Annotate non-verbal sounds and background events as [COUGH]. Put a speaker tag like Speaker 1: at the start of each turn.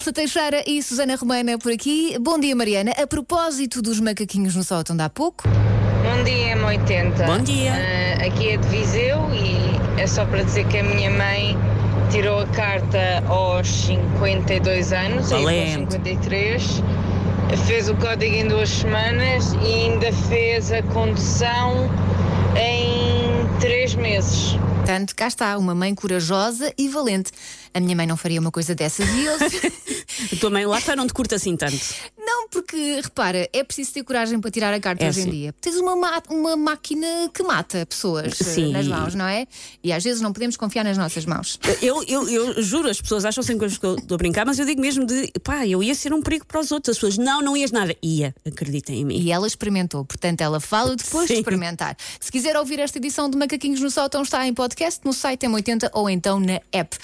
Speaker 1: Elsa Teixeira e Susana Romana por aqui. Bom dia, Mariana. A propósito dos macaquinhos no sótão de há pouco.
Speaker 2: Bom dia, M80.
Speaker 3: Bom dia.
Speaker 2: Ah, aqui é de Viseu e é só para dizer que a minha mãe tirou a carta aos 52 anos, aí com
Speaker 3: Valente.
Speaker 2: 53, fez o código em duas semanas e ainda fez a condução em três meses.
Speaker 1: Portanto, cá está, uma mãe corajosa e valente. A minha mãe não faria uma coisa dessas e eu.
Speaker 3: [LAUGHS] A tua mãe lá está, não te curta assim tanto.
Speaker 1: Não, porque, repara, é preciso ter coragem para tirar a carta
Speaker 3: É
Speaker 1: hoje em
Speaker 3: assim.
Speaker 1: dia. Tens uma, ma- uma máquina que mata pessoas eh,
Speaker 3: Sim.
Speaker 1: nas mãos, não é? E às vezes não podemos confiar nas nossas mãos.
Speaker 3: Eu, eu, eu juro, as pessoas acham sempre que eu estou estou a brincar, mas eu digo mesmo de pá, eu ia ser um perigo para os outros. As pessoas, não, não ias nada. Ia, acreditem em mim.
Speaker 1: E ela experimentou, portanto ela fala depois de
Speaker 3: Sim.
Speaker 1: experimentar. Se quiser ouvir esta edição de Macaquinhos no Sótão, está em podcast, no site M80 ou então na app.